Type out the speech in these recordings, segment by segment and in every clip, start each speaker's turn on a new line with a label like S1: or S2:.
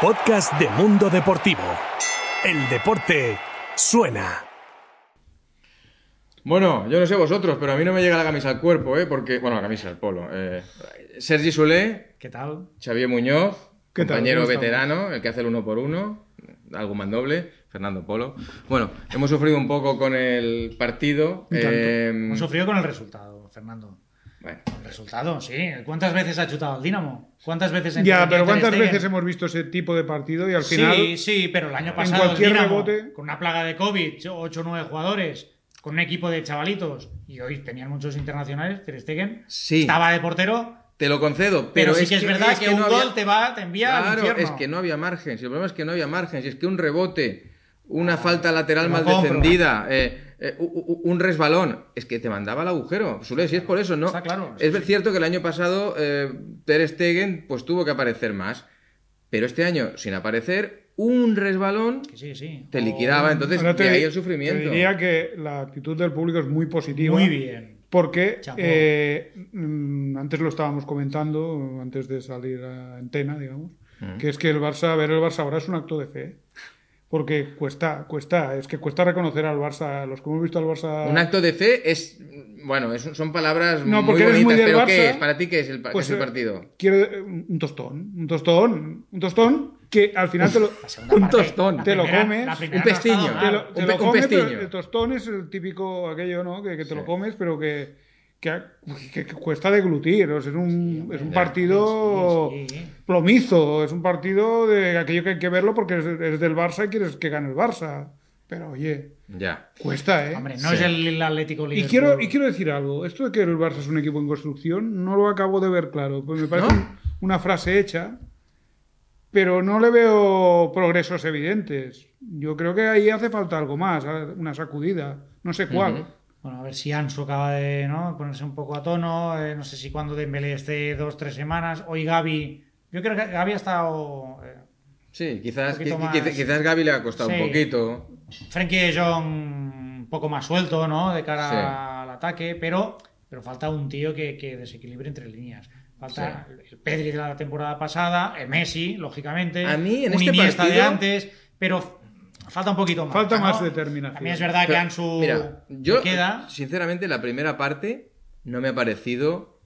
S1: podcast de Mundo Deportivo. El deporte suena.
S2: Bueno, yo no sé vosotros, pero a mí no me llega la camisa al cuerpo, ¿eh? Porque, bueno, la camisa al polo. eh. Sergi Sulé,
S3: ¿Qué tal?
S2: Xavier Muñoz,
S3: ¿Qué tal?
S2: compañero
S3: ¿Cómo estamos?
S2: veterano, el que hace el uno por uno, algo mandoble, Fernando Polo. Bueno, hemos sufrido un poco con el partido.
S3: Un tanto.
S2: eh,
S3: Hemos sufrido con el resultado, Fernando.
S2: bueno,
S3: El resultado, sí. ¿Cuántas veces ha chutado el Dinamo? ¿Cuántas veces en
S4: Ya,
S3: en-
S4: pero
S3: en Ter
S4: ¿cuántas
S3: Stegen?
S4: veces hemos visto ese tipo de partido y al final
S3: Sí, sí, pero el año pasado
S4: cualquier
S3: el Dinamo,
S4: rebote-
S3: con una plaga de COVID, 8 o 9 jugadores, con un equipo de chavalitos, y hoy tenían muchos internacionales, Ter Stegen,
S2: Sí.
S3: estaba de portero,
S2: te lo concedo,
S3: pero,
S2: pero,
S3: sí que es verdad
S2: es
S3: que,
S2: que
S3: un
S2: no
S3: gol
S2: había-
S3: te va, te envía al
S2: Claro,
S3: infierno.
S2: es que no había margen. Si el problema es que no había margen, si es que un rebote,
S4: Ah,
S2: una falta lateral
S3: te lo
S2: mal
S3: compro.
S2: defendida, eh, eh, u- u- un resbalón, es que te mandaba al agujero. Sule, si es por eso, ¿no?
S3: Está claro,
S2: es cierto que el año pasado eh, Ter Stegen pues, tuvo que aparecer más, pero este año, sin aparecer, un resbalón
S3: Que sí, sí. Oh,
S2: te
S3: O-
S2: liquidaba. Ah, Entonces,
S4: ahora te-
S2: de ahí el
S4: Te
S2: sufrimiento.
S4: diría que la actitud del público es muy positiva.
S3: Muy bien.
S4: Porque
S3: Chapó.
S4: eh, mm, antes lo estábamos comentando, antes de salir a antena, digamos,
S2: Mm.
S4: que es que el Barça, ver el Barça ahora es un acto de fe. Porque cuesta, cuesta, es que cuesta reconocer al Barça, los que hemos visto al Barça.
S2: Un acto de fe es. Bueno, es- son palabras
S4: No,
S2: muy
S4: porque eres
S2: bonitas,
S4: muy del
S2: pero ¿qué
S4: Barça.
S2: es? ¿Para ti qué es el, pa- qué
S4: Pues,
S2: es el
S4: eh,
S2: partido?
S4: Quiero eh, un tostón, un tostón, un tostón que al final te lo.
S3: La segunda parte,
S2: tostón.
S3: la
S4: Te lo
S3: primera-
S4: comes.
S3: la primera
S2: Un
S3: no ha estado
S2: pestiño.
S3: mal.
S4: te lo, te
S2: Un
S4: lo
S2: pe- un
S4: come, pero
S2: pestiño.
S4: el tostón es el típico aquello, ¿no? Que, que te
S2: Sí.
S4: lo comes, pero que, que, que- que cuesta deglutir. O sea, es un, es un partido
S3: sí, sí, sí.
S4: plomizo. Es un partido de aquello que hay que verlo porque es, es del Barça y quieres que gane el Barça. Pero oye,
S2: Ya.
S4: cuesta, ¿eh?
S3: Hombre, no
S2: Sí.
S3: es el Atlético
S4: Y
S3: Liverpool.
S4: quiero, y quiero decir algo. Esto de que el Barça es un equipo en construcción, no lo acabo de ver claro. Pues me parece
S2: ¿No?
S4: un- una frase hecha, pero no le veo progresos evidentes. Yo creo que ahí hace falta algo más, una sacudida. No sé cuál.
S2: Ujú.
S3: Bueno, a ver si Ansu acaba de ¿no? ponerse un poco a tono. eh, no sé si cuando Dembélé esté dos, tres semanas. Hoy Gaby... Yo creo que Gaby ha estado... eh,
S2: Sí, quizás,
S3: Un poquito
S2: qui- qui-
S3: más.
S2: quizás Gaby le ha costado
S3: Sí.
S2: un poquito.
S3: Frenkie de Jong un poco más suelto, ¿no? De cara
S2: Sí.
S3: al ataque, pero, pero falta un tío que, que desequilibre entre líneas. Falta el Pedri de la temporada pasada, el Messi, lógicamente.
S2: A mí, en
S3: un
S2: este
S3: Iniesta de
S2: partido-
S3: antes, pero f- falta un poquito más.
S4: Falta
S3: ¿no?
S4: más determinación.
S3: También es verdad que
S2: Pero,
S3: Ansu
S2: Mira, yo, eh,
S3: se queda.
S2: sinceramente, la primera parte no me ha parecido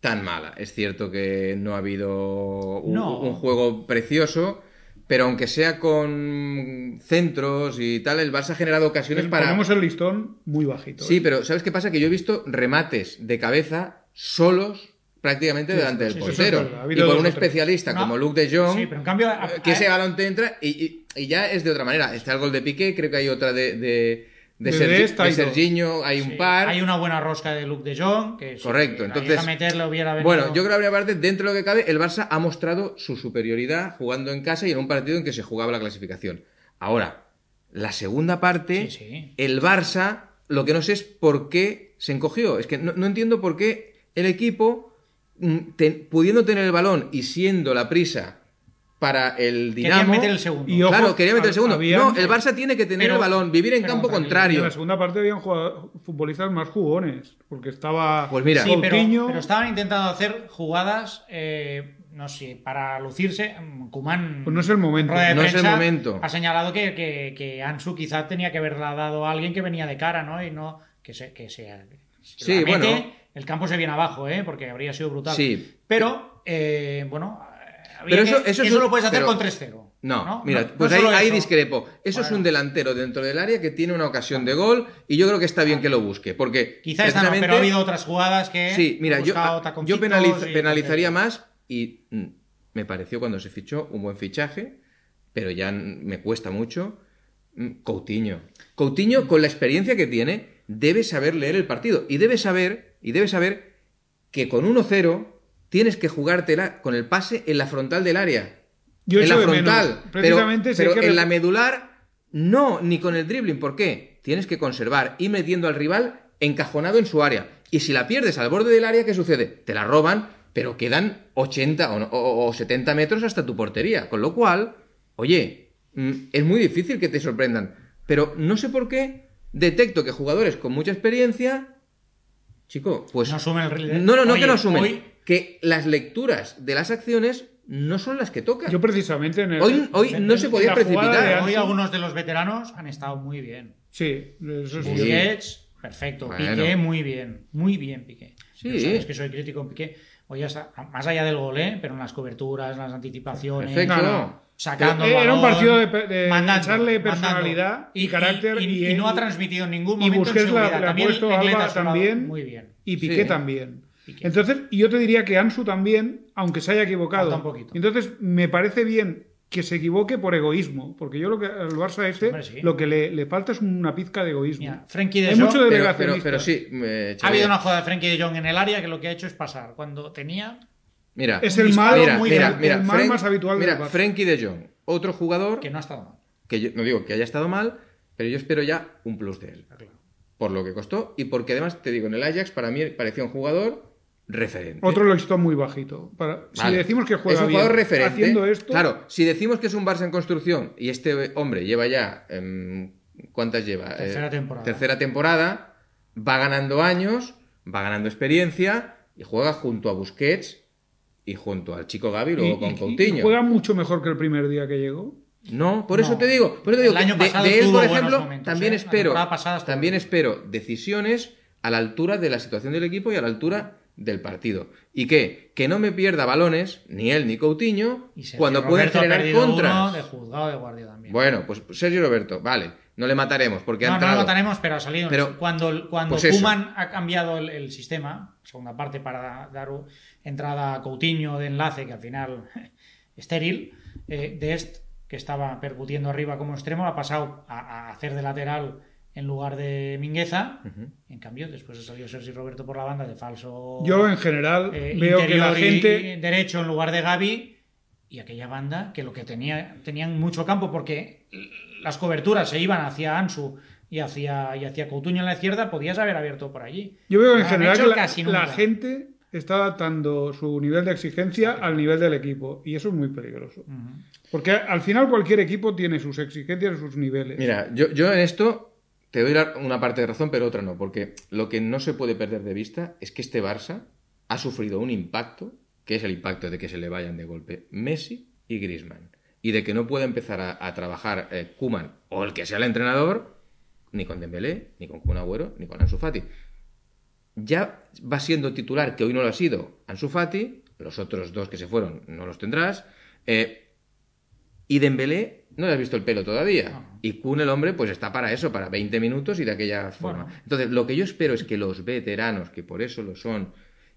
S2: tan mala. Es cierto que no ha habido un,
S3: No.
S2: un juego precioso, pero aunque sea con centros y tal, el Barça ha generado ocasiones
S4: El-
S2: para.
S4: Ponemos el listón muy bajito.
S2: Sí,
S4: ¿eh?
S2: pero ¿sabes qué pasa? Que yo he visto remates de cabeza solos prácticamente delante del
S4: sí, sí,
S2: portero.
S4: es verdad. Ha
S2: y
S4: habido
S2: por
S4: dos
S2: un
S4: o tres.
S2: especialista
S3: No.
S2: como Luke de Jong,
S3: Sí, pero en cambio, a-
S2: eh, que
S3: a-
S2: ese balón te entra y, y- y ya es de otra manera. Está el gol de Piqué, creo que hay otra de, de, de,
S4: De
S2: Sergi-
S4: Dest, hay
S2: de
S4: dos.
S2: Serginho, hay un
S3: Sí,
S2: par.
S3: Hay una buena rosca de Luke de Jong. Que sí,
S2: Correcto,
S3: que la
S2: entonces-
S3: llega a meterlo, hubiera venido-
S2: Bueno, yo creo que la primera parte, dentro de lo que cabe, el Barça ha mostrado su superioridad jugando en casa y en un partido en que se jugaba la clasificación. Ahora, la segunda parte,
S3: Sí, sí.
S2: el Barça, lo que no sé es por qué se encogió. Es que no, no entiendo por qué el equipo, mm, ten- pudiendo tener el balón y siendo la prisa para el
S3: Querían
S2: Dinamo...
S3: meter el segundo.
S4: Y ojo,
S2: claro, quería meter el
S4: hab-
S2: segundo.
S4: había-
S2: No, el Barça tiene que tener
S3: Pero-
S2: el balón, vivir en
S3: pero
S2: campo
S3: también-
S4: Y en
S2: contrario.
S4: la segunda parte habían jugado futbolistas más jugones, porque estaba
S2: Pues mira.
S3: Sí, pero,
S4: Coutinho.
S3: pero estaban intentando hacer jugadas, eh, no sé, para lucirse. Mm, Koeman,
S4: Pues no es el momento.
S3: en rueda de
S2: No es
S3: prensa,
S2: el momento.
S3: Ha señalado que, que- que Ansu quizás tenía que haberla dado a alguien que venía de cara, ¿no? Y no que se. Que se si
S2: Sí,
S3: la mete,
S2: bueno.
S3: El campo se viene abajo, ¿eh? Porque habría sido brutal.
S2: Sí.
S3: Pero, eh, bueno. había
S2: Pero eso-
S3: que-
S2: eso es un-
S3: lo puedes hacer
S2: pero-
S3: con 3-0.
S2: No, mira,
S3: No,
S2: pues
S3: no
S2: ahí,
S3: solo
S2: ahí
S3: eso.
S2: discrepo. Eso es
S3: Bueno.
S2: un delantero dentro del área que tiene una ocasión de gol y yo creo que está bien que lo busque, porque
S3: Quizás esta no, pero ha
S2: precisamente-
S3: habido otras jugadas que.
S2: Sí, mira,
S3: han
S2: yo,
S3: buscado
S2: a-
S3: taconcitos
S2: yo penaliz-
S3: y-
S2: penalizaría más y mm, me pareció cuando se fichó un buen fichaje, pero ya n- me cuesta mucho. mm, Coutinho. Coutinho, con la experiencia que tiene, debe saber leer el partido y debe saber, y debe saber que con 1-0 tienes que jugártela con el pase en la frontal del área.
S4: Yo
S2: en la
S4: echo de menos,
S2: frontal. pero-
S4: precisamente, si
S2: pero,
S4: hay que
S2: en
S4: re-
S2: la medular, no, ni con el dribbling. ¿Por qué? Tienes que conservar y metiendo al rival encajonado en su área. Y si la pierdes al borde del área, ¿qué sucede? Te la roban, pero quedan 80 o, no- o- o 70 metros hasta tu portería. Con lo cual, oye, mm, es muy difícil que te sorprendan. Pero no sé por qué detecto que jugadores con mucha experiencia. Chico, pues.
S3: No asumen el-
S2: No, no, no
S3: Oye,
S2: que no asumen.
S3: hoy-
S2: Que las lecturas de las acciones no son las que tocan.
S4: Yo precisamente en el...
S2: Hoy, hoy
S4: en-
S2: no se
S4: en
S2: podía
S4: la jugada
S2: precipitar.
S4: de
S2: Claro,
S3: Hoy
S4: Ansu-
S3: algunos de los veteranos han estado muy bien.
S4: Sí, eso sí.
S3: Busquets, perfecto.
S2: Bueno.
S3: Piqué, muy bien. Muy bien, Piqué.
S2: Sí.
S3: Pero sabes que soy crítico en Piqué. Hoy hasta- más allá del gol, ¿eh? pero en las coberturas, en las anticipaciones.
S2: Perfecto.
S4: No, no.
S3: Sacando
S4: Eh,
S3: el
S4: era un
S3: balón,
S4: partido de pe- de
S3: mandando,
S4: echarle
S3: mandando.
S4: personalidad y carácter
S3: y,
S4: y-
S3: y no ha transmitido en ningún
S4: y
S3: momento
S4: Busquets la-
S3: inseguridad.
S4: le ha
S3: También
S4: puesto
S3: Lenglet ha
S4: Alba
S3: sonado
S4: también
S3: muy bien
S4: y Piqué
S2: Sí.
S4: también.
S3: Piqué.
S4: Entonces, y yo te diría que Ansu también, aunque se haya equivocado.
S3: Falta un poquito.
S4: Entonces, me parece bien que se equivoque por egoísmo, porque yo lo que al Barça este
S3: Hombre, sí.
S4: lo que le, le falta es una pizca de egoísmo.
S3: Mira, Frenkie de
S4: Hay
S3: Jong-
S4: mucho
S3: Pero-
S2: Pero, pero,
S4: delegacionista.
S2: pero sí, eh,
S3: ha
S2: Xavier,
S3: habido una jugada de Frenkie de Jong en el área que lo que ha hecho es pasar cuando tenía
S2: Mira,
S4: Es el
S3: disparo
S4: mal,
S2: mira,
S3: muy-
S2: mira,
S4: el-
S2: mira,
S4: el mal
S2: Frenk-
S4: más habitual
S2: Mira,
S4: del Barça.
S2: Frenkie de Jong, otro jugador
S3: que no ha estado mal.
S2: que yo no digo que haya estado mal, pero yo espero ya un plus de él. Por lo que costó y porque además, te digo, en el Ajax para mí parecía un jugador referente.
S4: Otro lo está muy bajito. Para- Si
S2: eh, Vale.
S4: decimos que juega
S2: es un
S4: bien
S2: jugador referente.
S4: haciendo esto,
S2: Claro, si decimos que es un Barça en construcción y este hombre lleva ya. em, ¿Cuántas lleva? Eh,
S3: Tercera temporada.
S2: Tercera temporada, va ganando años, va ganando experiencia y juega junto a Busquets y junto al chico Gaby,
S4: y-
S2: luego
S4: y-
S2: con
S4: y
S2: Coutinho.
S4: juega mucho mejor que el primer día que llegó.
S2: No, por eso
S3: No.
S2: te digo. Por eso te digo
S3: El año
S2: que de-
S3: pasado
S2: de, él,
S3: tuvo
S2: por
S3: buenos
S2: ejemplo,
S3: momentos,
S2: también
S3: ¿eh? La
S2: espero.
S3: temporada pasada estuvo
S2: También
S3: bien.
S2: espero decisiones a la altura de la situación del equipo y a la altura del partido. Y que, que no me pierda balones, ni él ni Coutinho,
S3: Y Sergio
S2: cuando pueden
S3: Roberto ha
S2: generar
S3: perdido uno
S2: contras.
S3: de juzgado de guardia también.
S2: Bueno, pues Sergio Roberto, vale, no le mataremos porque
S3: no,
S2: ha
S3: no
S2: entrado.
S3: lo tenemos, pero ha salido.
S2: Pero,
S3: cuando cuando
S2: pues eso.
S3: Koeman ha cambiado el, el sistema, segunda parte para dar u- entrada a Coutinho de enlace, que al final estéril, eh, Dest, que estaba percutiendo arriba como extremo, ha pasado a, a hacer de lateral en lugar de Mingueza.
S2: Ujú.
S3: En cambio, después ha salido Sergi Roberto por la banda de falso
S4: Yo en general
S3: eh,
S4: veo que la
S3: interior y-
S4: gente
S3: y derecho en lugar de Gaby y aquella banda que lo que tenía tenían mucho campo porque las coberturas se iban hacia Ansu y hacia y hacia Coutinho en la izquierda podías haber abierto por allí
S4: Yo veo que en
S3: No han
S4: general
S3: hecho
S4: que la,
S3: casi nunca.
S4: la gente está adaptando su nivel de exigencia al nivel del equipo y eso es muy peligroso.
S3: Ujú.
S4: Porque al final cualquier equipo tiene sus exigencias y sus niveles.
S2: Mira, yo, yo en esto te doy la- una parte de razón, pero otra no, porque lo que no se puede perder de vista es que este Barça ha sufrido un impacto, que es el impacto de que se le vayan de golpe Messi y Griezmann, y de que no puede empezar a, a trabajar eh, Koeman o el que sea el entrenador, ni con Dembélé, ni con Kun Agüero, ni con Ansu Fati. Ya va siendo titular, que hoy no lo ha sido, Ansu Fati, los otros dos que se fueron no los tendrás, eh, y Dembélé no le has visto el pelo todavía.
S3: No.
S2: Y Kun, el hombre, pues está para eso, para 20 minutos y de aquella forma.
S3: Bueno.
S2: Entonces, lo que yo espero es que los veteranos, que por eso lo son,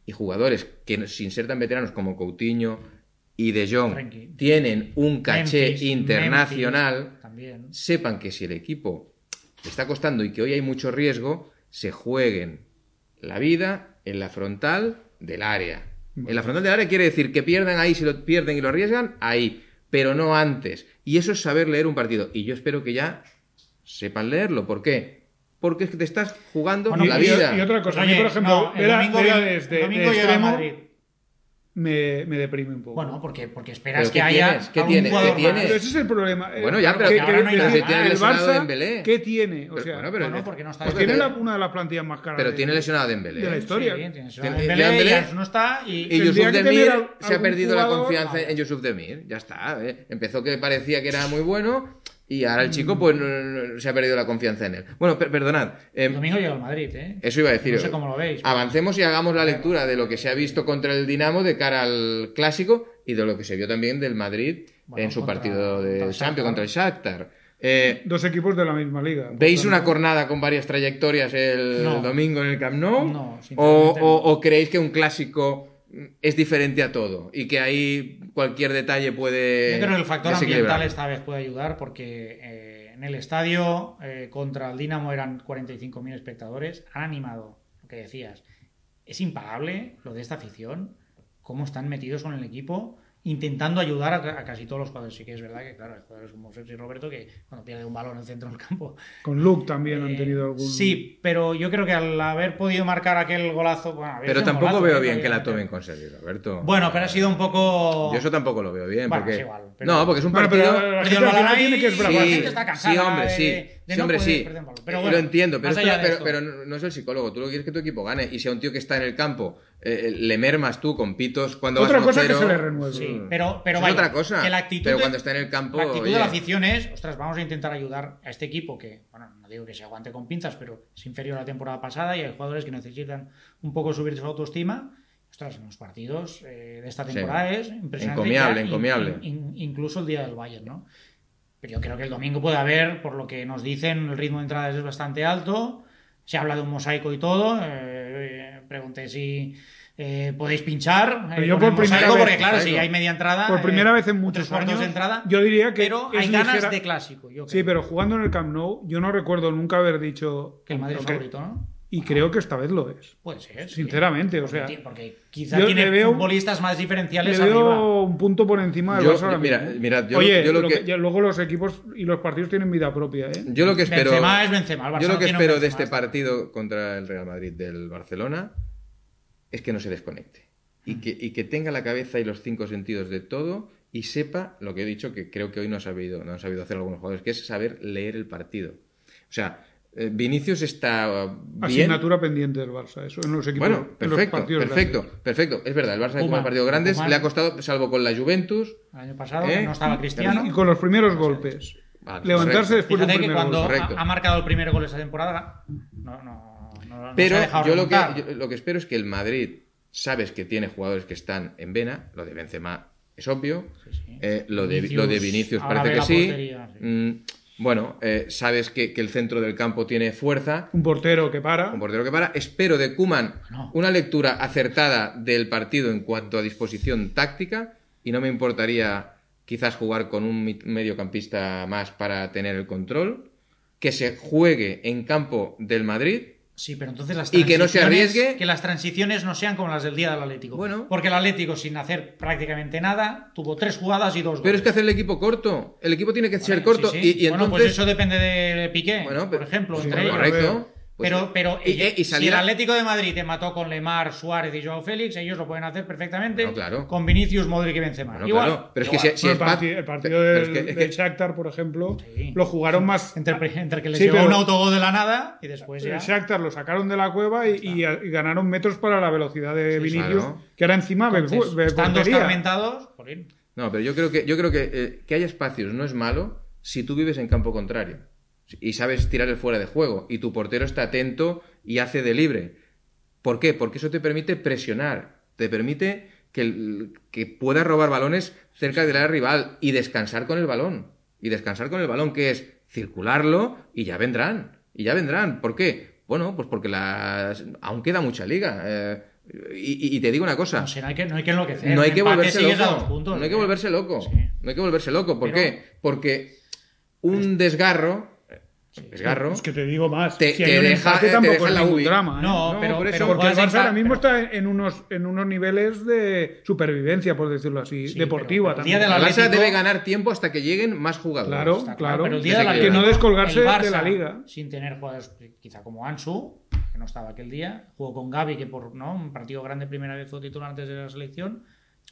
S2: y jugadores que sin ser tan veteranos como Coutinho y De Jong,
S3: Frenkie.
S2: tienen un caché
S3: Memphis,
S2: internacional,
S3: Memphis también
S2: sepan que si el equipo le está costando y que hoy hay mucho riesgo, se jueguen la vida en la frontal del área. En la frontal del área quiere decir que pierdan ahí, si lo pierden y lo arriesgan, ahí, pero no antes. Y eso es saber leer un partido. Y yo espero que ya sepan leerlo. ¿Por qué? Porque es que te estás jugando
S3: Bueno,
S2: la
S4: y, y-
S2: vida.
S4: y otra cosa, a mí,
S3: Oye,
S4: por ejemplo,
S3: no, el
S4: ver a-
S3: domingo
S4: ver a
S3: viene-
S4: desde-
S3: el
S4: de
S3: domingo llega a
S4: extremo
S3: Madrid.
S4: me, me deprime un poco.
S3: bueno porque porque esperas
S2: ¿Pero
S3: que
S2: qué
S3: haya
S2: tienes? ¿Qué
S3: algún
S2: tienes? ¿Qué
S3: jugador más.
S2: tienes?
S4: Pero ese es el problema. Eh,
S2: Bueno, ya, pero
S3: que ahora no hay nada.
S4: decir,
S3: Se tiene
S4: el
S2: lesionado
S4: Barça,
S2: Dembélé.
S4: ¿qué tiene? O
S2: Pero
S4: sea,
S2: bueno, pero-
S3: Bueno, porque no está
S2: pues
S4: tiene
S2: pero-
S4: la- una de las plantillas más caras.
S2: pero
S4: de-
S2: tiene lesionado a
S4: de la
S2: Dembélé. ¿eh?
S4: historia.
S3: Sí, bien, tienes a
S2: Tiene-
S3: Dembélé,
S2: Dembélé,
S3: y Ansu no está y,
S2: Y Yusuf
S4: Tendría
S2: Demir
S4: que tener
S2: se ha
S4: algún
S2: perdido la
S4: jugador-
S2: confianza en Yusuf Demir, ya está. ¿eh? Empezó que parecía que era muy bueno y ahora
S4: Mm.
S2: el chico pues no- no- se ha perdido la confianza en él. Bueno, per- perdonad. eh,
S3: el domingo llega al Madrid eh
S2: eso iba a decir. Ah,
S3: no sé cómo lo veis
S2: Avancemos y hagamos la lectura de lo que se ha visto contra el Dinamo de cara al clásico y de lo que se vio también del Madrid
S3: Bueno,
S2: en su
S3: contra-
S2: partido
S3: contra
S2: de
S3: el
S2: Champions
S3: Shakhtar.
S2: contra el Shakhtar. Eh,
S4: Dos equipos de la misma liga.
S2: ¿Veis
S4: Por
S2: una
S4: tanto,
S2: cornada con varias trayectorias el
S3: No.
S2: domingo en el Camp Nou?
S3: No,
S2: ¿O-
S3: sinceramente
S2: o,
S3: no.
S2: o creéis que un clásico es diferente a todo y que ahí cualquier detalle puede.
S3: Yo creo que el factor
S2: desequilibrar?
S3: ambiental esta vez puede ayudar porque eh, en el estadio eh, contra el Dinamo eran 45.000 espectadores. Han animado lo que decías. Es impagable lo de esta afición, cómo están metidos con el equipo, intentando ayudar a, ca- a casi todos los jugadores. Sí que es verdad que, claro, hay jugadores como Sergio Roberto que cuando pierde un balón en el centro del campo
S4: Con Luke también han
S3: eh,
S4: tenido algún.
S3: Sí, pero yo creo que al haber podido marcar aquel golazo. bueno, había
S2: Pero
S3: sido un
S2: tampoco
S3: golazo,
S2: veo
S3: ¿eh?
S2: bien que la
S3: Obviamente.
S2: tomen con serio, Roberto.
S3: Bueno, pero ha sido un poco.
S2: Yo eso tampoco lo veo bien.
S3: Bueno,
S2: porque...
S3: es igual, pero-
S2: No, porque es un
S4: Bueno,
S2: partido.
S4: pero la gente al final tiene que
S2: Sí,
S4: esbravar.
S3: La gente está cansada
S2: sí, hombre,
S3: de-
S2: sí.
S3: de
S2: Sí,
S3: no
S2: hombre,
S3: poder
S2: sí.
S3: perder un balón. Pero
S2: Eh,
S3: bueno,
S2: lo entiendo, pero,
S3: más
S2: esto-
S3: allá de
S2: pero-
S3: esto.
S2: pero no, no es el psicólogo. Tú lo que quieres es que tu equipo gane. Y si a un tío que está en el campo eh, le mermas tú con pitos cuando
S4: Otra
S2: vas
S4: cosa que
S2: mojero.
S4: se le renueve.
S3: Sí, pero, pero
S2: Es
S3: vaya,
S2: otra cosa.
S3: que la actitud,
S2: pero
S3: de-
S2: cuando está en el campo.
S3: la actitud de
S2: oye,
S3: la afición es, ostras, vamos a intentar ayudar a este equipo que, bueno, no digo que se aguante con pinzas, pero es inferior a la temporada pasada y hay jugadores que necesitan un poco subir su autoestima. Ostras, en los partidos eh, de esta
S2: Sí.
S3: temporada es impresionante.
S2: Encomiable,
S3: ya, in-
S2: encomiable.
S3: in- incluso el día del Bayern, ¿no? Pero yo creo que el domingo puede haber, por lo que nos dicen, el ritmo de entradas es bastante alto. Se habla de un mosaico y todo. eh, pregunté si eh, podéis pinchar. eh,
S4: Pero yo
S3: con
S4: por
S3: el
S4: primera
S3: mosaico,
S4: vez-
S3: porque claro, si
S2: mosaico.
S3: hay media entrada.
S4: Por
S3: eh,
S4: primera vez en
S3: tres
S4: muchos
S3: cuartos
S4: años,
S3: de entrada.
S4: yo diría que
S3: Pero
S4: es
S3: hay ganas
S4: ligera-
S3: de clásico. Yo
S4: Sí,
S3: creo,
S4: pero jugando en el Camp Nou, yo no recuerdo nunca haber dicho
S3: Que el Madrid es
S4: Ok.
S3: favorito, ¿no?
S4: Y creo que esta vez lo es.
S3: Puede ser. sí.
S4: Sinceramente, o
S3: Porque
S4: sea,
S3: ti- Porque quizá
S4: yo
S3: tiene
S4: le veo-
S3: futbolistas más
S4: Le
S3: diferenciales arriba.
S4: veo un punto por encima del
S2: Yo-
S4: Barça ahora
S2: mira,
S4: mismo. ¿eh?
S2: mirad, yo-
S4: Oye,
S2: yo lo
S4: lo
S2: que-
S4: que- ya luego los equipos y los partidos tienen vida propia, ¿eh?
S2: Yo lo que espero.
S3: Benzema es Benzema. el Barça
S2: Yo
S3: no
S2: lo que
S3: tiene un
S2: espero de
S3: Benzema,
S2: este
S3: está-
S2: partido contra el Real Madrid del Barcelona es que no se desconecte
S3: Mm.
S2: y que, y que tenga la cabeza y los cinco sentidos de todo y sepa lo que he dicho, que creo que hoy no, ha sabido, no han sabido hacer algunos jugadores, que es saber leer el partido. O sea, eh, Vinicius está eh, bien.
S4: Asignatura pendiente del Barça, eso en los equipos. en
S2: Bueno,
S4: los
S2: perfecto,
S4: partidos
S2: perfecto,
S4: grandes.
S2: perfecto. Es verdad, el Barça ha
S3: Koeman,
S2: jugado partidos grandes,
S3: Koeman.
S2: le ha costado, salvo con la Juventus.
S3: El año pasado
S2: ¿Eh?
S3: que no estaba Cristiano.
S4: Y con los primeros golpes.
S2: Vale,
S4: Levantarse
S2: correcto.
S4: después de un
S3: Fíjate que
S4: primer
S3: cuando
S4: gol.
S2: gol. Correcto.
S3: ha, ha marcado el primer gol esa temporada, no, no, no, no
S2: Pero
S3: se ha dejado
S2: yo lo, que,
S3: remontar.
S2: yo lo que espero es que el Madrid, sabes que tiene jugadores que están en vena, lo de Benzema es obvio,
S3: Sí, sí.
S2: eh, lo, de, lo de Vinicius
S3: ahora
S2: parece
S3: ve
S2: que
S3: la
S2: sí.
S3: portería, sí.
S2: Mm, bueno, eh, sabes que, que el centro del campo tiene fuerza,
S4: Un portero que para.
S2: un portero que para. Espero de Kuman
S3: No.
S2: una lectura acertada del partido en cuanto a disposición táctica y no me importaría quizás jugar con un mit- mediocampista más para tener el control, que se juegue en campo del Madrid
S3: Sí, pero entonces las
S2: Y que no se
S3: transiciones-
S2: arriesgue.
S3: Que las transiciones no sean como las del día del Atlético.
S2: Bueno.
S3: Porque el Atlético, sin hacer prácticamente nada, tuvo tres jugadas y dos
S2: Pero es que
S3: goles.
S2: hace el equipo corto. El equipo tiene que ser
S3: Vale,
S2: corto.
S3: sí, sí.
S2: Y, y
S3: Bueno,
S2: entonces.
S3: pues eso depende de Piqué,
S2: Bueno,
S3: por
S2: pero-
S3: ejemplo,
S2: pues
S3: entre ellos.
S2: correcto. Pues-
S3: Pero, pero
S2: y,
S3: ellos-
S2: eh, y
S3: si el
S2: saliera-
S3: Atlético de Madrid te mató con Lemar, Suárez y Joao Félix, ellos lo pueden hacer perfectamente.
S2: No, claro.
S3: Con Vinicius, Modric y Benzema.
S2: Bueno,
S3: igual,
S2: claro, pero es que
S3: igual.
S2: si- si
S4: Bueno, el,
S2: es
S4: parti-
S2: pa-
S4: el partido
S2: pero
S4: del,
S2: es que- es que-
S4: del Shakhtar, por ejemplo,
S3: Sí.
S4: lo jugaron más.
S3: entre, entre que les
S4: Sí,
S3: llegó
S4: pero-
S3: un autogol de la nada y después ya.
S4: El Shakhtar lo sacaron de la cueva y, y- y ganaron metros para la velocidad de
S3: Sí, sí.
S4: Vinicius,
S2: Claro.
S4: que ahora encima ve-
S3: Entonces,
S4: ve
S3: estando
S4: portería.
S3: escarmentados, jolín.
S2: No, pero yo creo que, yo creo que, eh, que haya espacios no es malo si tú vives en campo contrario. Y sabes tirar el fuera de juego. Y tu portero está atento y hace de libre. ¿Por qué? Porque eso te permite presionar. Te permite que, el- que puedas robar balones cerca del área rival y descansar con el balón. Y descansar con el balón, que es circularlo y ya vendrán. Y ya vendrán. ¿Por qué? Bueno, pues porque las... aún queda mucha liga. eh, y, y- y te digo una cosa.
S3: No, sé, no hay que, no hay que enloquecer.
S2: No hay
S3: Un
S2: que
S3: empate
S2: volverse
S3: sigues a
S2: loco.
S3: dos puntos,
S2: no hay que
S3: ¿eh?
S2: volverse loco.
S3: Sí.
S2: No hay que volverse loco. ¿Por
S3: Pero-
S2: qué? Porque un desgarro, desgarro
S4: Es que te digo más.
S2: Te-
S4: si
S2: te
S4: hay un
S2: deja-
S4: empate,
S2: te
S4: tampoco
S2: deja
S4: es
S2: la
S4: ningún
S2: UBI.
S4: drama. ¿eh?
S3: No,
S2: No,
S3: pero,
S2: por eso,
S3: pero
S4: Porque el
S3: juegas en
S4: Barça ahora
S3: ca-
S4: mismo
S3: pero-
S4: está en unos, en unos niveles de supervivencia, por decirlo así,
S3: Sí, pero
S4: deportiva
S3: el
S4: también.
S3: día de
S2: el
S3: la-
S2: Barça
S3: Atlético-
S2: debe ganar tiempo hasta que lleguen más jugadores.
S4: Claro,
S3: Está
S4: claro.
S3: Pero el día de
S2: Desde
S3: la
S2: que
S4: no
S2: llegó.
S4: descolgarse
S3: el Barça,
S4: de la liga.
S3: Sin tener jugadores quizá como Ansu, que no estaba aquel día, jugó con Gaby, que por ¿no? un partido grande primera vez fue titular antes de la selección.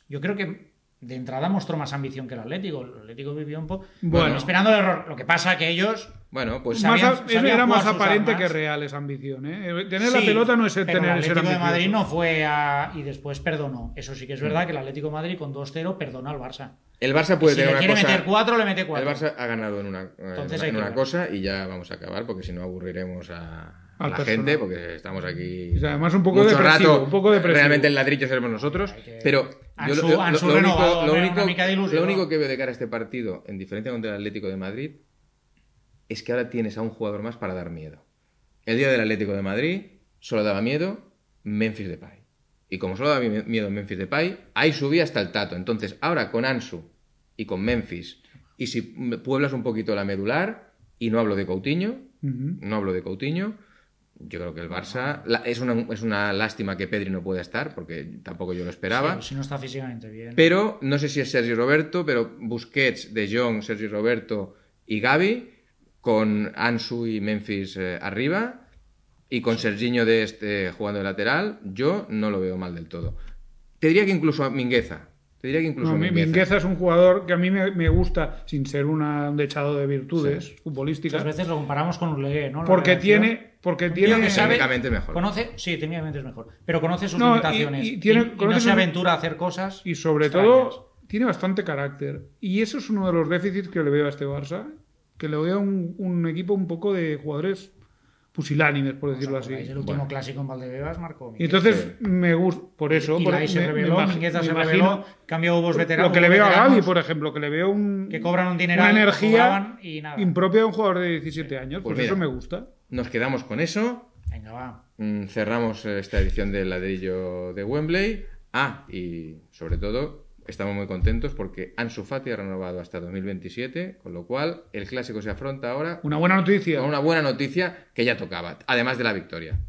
S3: Yo creo que de entrada mostró más ambición que el Atlético. El Atlético vivió un poco
S4: Bueno.
S3: esperando el error. Lo que pasa que ellos
S2: Bueno, pues
S3: Sabían-
S4: Más a-
S3: sabían
S4: era
S3: jugar
S4: más
S3: sus
S4: aparente
S3: armas.
S4: que real esa ambición. ¿eh? Tener la
S3: Sí,
S4: pelota no es el
S3: pero
S4: tener
S3: el
S4: ser
S3: Atlético de
S4: ambicioso. Mm.
S3: Madrid no fue a y después perdonó. Eso sí que es verdad que el Atlético de Madrid con 2-0 perdonó al Barça.
S2: el Barça
S3: Y
S2: puede
S3: si
S2: tener
S3: le
S2: Pues una
S3: quiere
S2: cosa.
S3: meter 4 le mete
S2: el
S3: 4.
S2: Barça ha ganado en una, eh,
S3: Entonces hay
S2: en
S3: que
S2: una
S3: ganar.
S2: cosa y ya vamos a acabar porque si no aburriremos a, a
S4: Al
S2: la
S4: personal.
S2: gente porque estamos aquí
S4: Y además un poco
S2: mucho
S4: depresivo,
S2: rato.
S4: un poco depresivo.
S2: Realmente el ladrillo seremos nosotros,
S3: Hay que-
S2: pero
S3: Han
S2: yo
S3: su-
S2: lo- lo-
S3: han su
S2: lo único-
S3: renovado,
S2: lo
S3: hombre,
S2: único-
S3: una mica de ilusión,
S2: lo
S3: ¿no?
S2: único que veo de cara a este partido, en diferencia contra el Atlético de Madrid, es que ahora tienes a un jugador más para dar miedo. El día del Atlético de Madrid solo daba miedo Memphis Depay. Y como solo daba mi- miedo Memphis Depay, ahí subía hasta el tato. Entonces, ahora con Ansu y con Memphis, y si pueblas un poquito la medular, y no hablo de Coutinho,
S4: Ujú.
S2: no hablo de Coutinho, yo creo que el Barça... la- es, una, es una lástima que Pedri no pueda estar, porque tampoco yo lo esperaba.
S3: si no está físicamente bien.
S2: Pero no sé si es Sergio Roberto, pero Busquets, De Jong, Sergio Roberto y Gaby, con Ansu y Memphis eh, arriba, y con Serginho de este jugando de lateral, yo no lo veo mal del todo. Te diría que incluso a Mingueza. Te diría que incluso
S4: No,
S2: a
S4: Mi-
S2: Mingueza.
S4: Mingueza es un jugador que a mí me, me gusta, sin ser una- un dechado de virtudes futbolísticas,
S3: Muchas veces lo comparamos con Ulegué, ¿no? La
S4: porque
S3: relación.
S4: tiene, Porque tiene.
S3: que sabe-
S2: Técnicamente mejor.
S3: Conoce, sí, técnicamente es mejor, pero conoce sus
S4: No, y-
S3: limitaciones
S4: y tiene-
S3: no
S4: conoce
S3: se
S4: sus-
S3: aventura a hacer cosas.
S4: Y sobre
S3: extrañas.
S4: todo, tiene bastante carácter. Y eso es uno de los déficits que le veo a este Barça. Que le veo a un, un equipo un poco de jugadores pusilánimes, por
S3: ¿Os
S4: decirlo así.
S3: acordáis? El último
S2: Bueno.
S3: clásico en Valdebebas marcó
S4: Y
S3: Mingueza.
S4: entonces me gusta, por eso.
S3: Y
S4: por-
S3: Lai se
S4: me- me
S3: reveló,
S4: imag-
S3: Mingueza
S4: me
S3: se
S4: imagino
S3: reveló, cambió hubo veteranos.
S4: Lo que le veo a Gaby, por ejemplo, que le veo un,
S3: Que cobran un dineral,
S4: una energía
S3: cobraban y nada.
S4: impropia de un jugador de 17 años.
S2: Pues
S4: Pues, eso
S2: mira.
S4: me gusta.
S2: Nos quedamos con eso.
S3: Venga, va.
S2: Mm, Cerramos eh, esta edición del ladrillo de Wembley. Ah, y sobre todo, estamos muy contentos porque Ansu Fati ha renovado hasta 2027, con lo cual el clásico se afronta ahora
S4: Una buena noticia.
S2: con una buena noticia que ya tocaba, además de la victoria.